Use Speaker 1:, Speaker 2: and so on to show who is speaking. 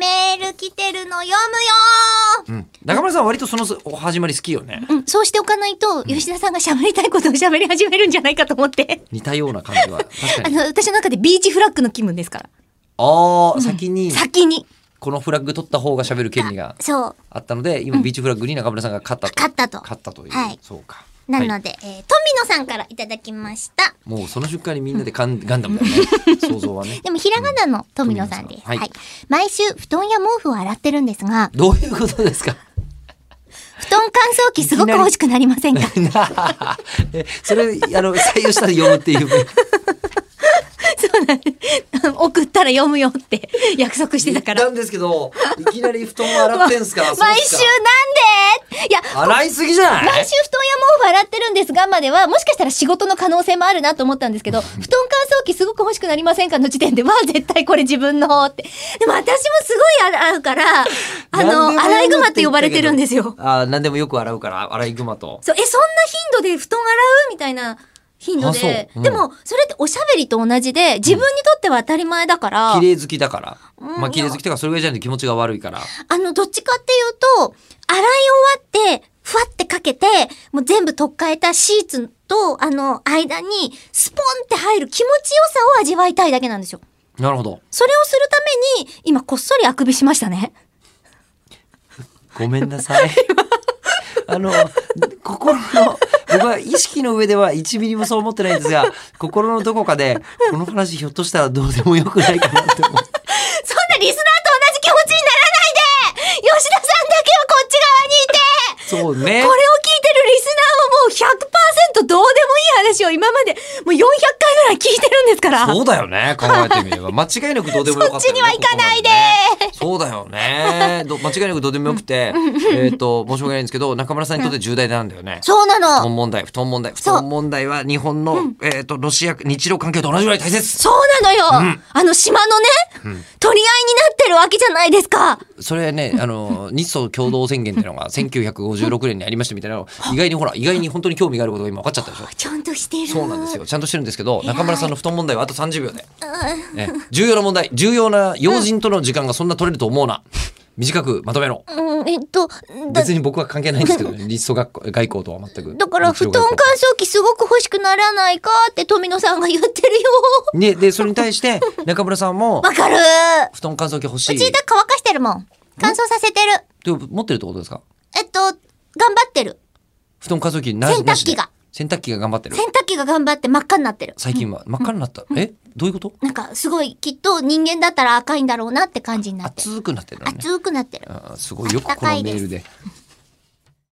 Speaker 1: ール来てるの読むよ
Speaker 2: うん中村さん割とそのお始まり好きよね
Speaker 1: うん、そうしておかないと、吉田さんが喋りたいことを喋り始めるんじゃないかと思って。
Speaker 2: 似たような感 じは確か
Speaker 1: あ
Speaker 2: に
Speaker 1: の、私の中でビーチフラッグの気分ですから。
Speaker 2: ああ先に
Speaker 1: 先に。
Speaker 2: このフラッグ取った方が喋る権利が
Speaker 1: そう。
Speaker 2: あったので今ビーチフラッグに中村さんが勝ったと
Speaker 1: 勝ったと
Speaker 2: 勝ったという
Speaker 1: はい
Speaker 2: そうか
Speaker 1: な
Speaker 2: は
Speaker 1: の
Speaker 2: い
Speaker 1: で、えー富野さんからいただきました。
Speaker 2: もうその瞬間にみんなでガンガンダムだよね想像はね
Speaker 1: でも、ひらがなの富野さんです。
Speaker 2: 富野さんはい
Speaker 1: はい。毎週、布団や毛布を洗ってるんですが、
Speaker 2: どういうことですか
Speaker 1: 布団乾燥機すごく欲しくなりませんか
Speaker 2: えそれあの採用したら読むって いう
Speaker 1: 送ったら読むよって約束してたから。
Speaker 2: なんですけどいきなり布団洗ってんすか
Speaker 1: 毎週なんでいや、
Speaker 2: 洗いすぎじゃない
Speaker 1: 毎週布団や毛布洗ってるんですがまでは、もしかしたら仕事の可能性もあるなと思ったんですけど、布団乾燥機すごく欲しくなりませんかの時点で、わあ、絶対これ自分のって。でも私もすごいあ合うから、あ
Speaker 2: 何で
Speaker 1: の、
Speaker 2: も
Speaker 1: アライグマって呼ばれてるんです
Speaker 2: 言う
Speaker 1: よ
Speaker 2: け。どあー何でもよく洗うからアライグマと
Speaker 1: そう、え、そんな頻度で布団洗うみたいな頻度で
Speaker 2: あ。そううん
Speaker 1: でも、それっておしゃべりと同じで、自分にとっては当たり前だから。
Speaker 2: 綺麗好きだから、
Speaker 1: うん
Speaker 2: まあ綺麗好きとかそれぐらいじゃないと気持ちが悪いから
Speaker 1: あの、どっちかっていうと、洗い終わって、ふわってかけて、もう全部取っ替えたシーツと、あの、間に、スポンって入る気持ちよさを味わいたいだけなんですよ。
Speaker 2: なるほど
Speaker 1: それをするために、今、こっそりあくびしましたね。
Speaker 2: ごめんなさいあの心の僕は意識の上では1ミリもそう思ってないんですが心のどこかでこの話ひょっとしたらどうでもよくないかなって
Speaker 1: そん
Speaker 2: 思う
Speaker 1: なリスナーと同じ気持ちにならないで吉田さんだけはこっち側にいて
Speaker 2: そう
Speaker 1: これを聞い
Speaker 2: ね
Speaker 1: てるリスナーはもう100%どうでもいい話を今までもう400回ぐらい聞いてるんですから。
Speaker 2: そうだよね考えてみ れば間違いなくどうでもよかった
Speaker 1: そっち
Speaker 2: よね、
Speaker 1: には行かないで
Speaker 2: ここまでねそうだよ ねど間違いなくどうでもよくてえっと申し訳ないんですけど中村さんにとって重大なんだよね
Speaker 1: そうな
Speaker 2: 布
Speaker 1: の。
Speaker 2: 団問題布団問題布
Speaker 1: そう
Speaker 2: 団問題は日本の、えっとロシア日露関係と同じぐらい大切
Speaker 1: そうなのよ、あの島のね、取り合いになってるわけじゃないですか
Speaker 2: それはねあの日ソ共同宣言っていうのが1956年にありましたみたいなの意外にほら意外に本当に興味があることが今分かっちゃったでしょ
Speaker 1: ちゃんとしてる
Speaker 2: そうなんですよちゃんとしてるんですけど中村さんの布団問題はあと30秒で、ね重要な問題重要な要人との時間がそんな取れると思うな短くまとめろ
Speaker 1: うんえっとだ
Speaker 2: 別に僕は関係ないんですけどね 立祖学校外交とは全く
Speaker 1: だから布団乾
Speaker 2: か
Speaker 1: 燥機すごく欲しくならないかって富野さんが言って るよ
Speaker 2: ねでそれに対して中村さ んも
Speaker 1: わかる
Speaker 2: 布団乾燥機欲し
Speaker 1: う
Speaker 2: い
Speaker 1: ちだ乾かしてるもん乾燥させてる
Speaker 2: でも持ってるってことですか
Speaker 1: えっと頑張ってる
Speaker 2: 布団乾燥機な
Speaker 1: 洗濯機
Speaker 2: なしで
Speaker 1: が
Speaker 2: 洗濯機が頑張ってる
Speaker 1: 洗濯機が頑張って真っ赤になってる
Speaker 2: 最近は真っ赤になったえどういうこと
Speaker 1: なんかすごいきっと人間だったら赤いんだろうなって感じになってる
Speaker 2: 熱くなってるのね
Speaker 1: 熱くなってる
Speaker 2: あーすごいよくこのメールで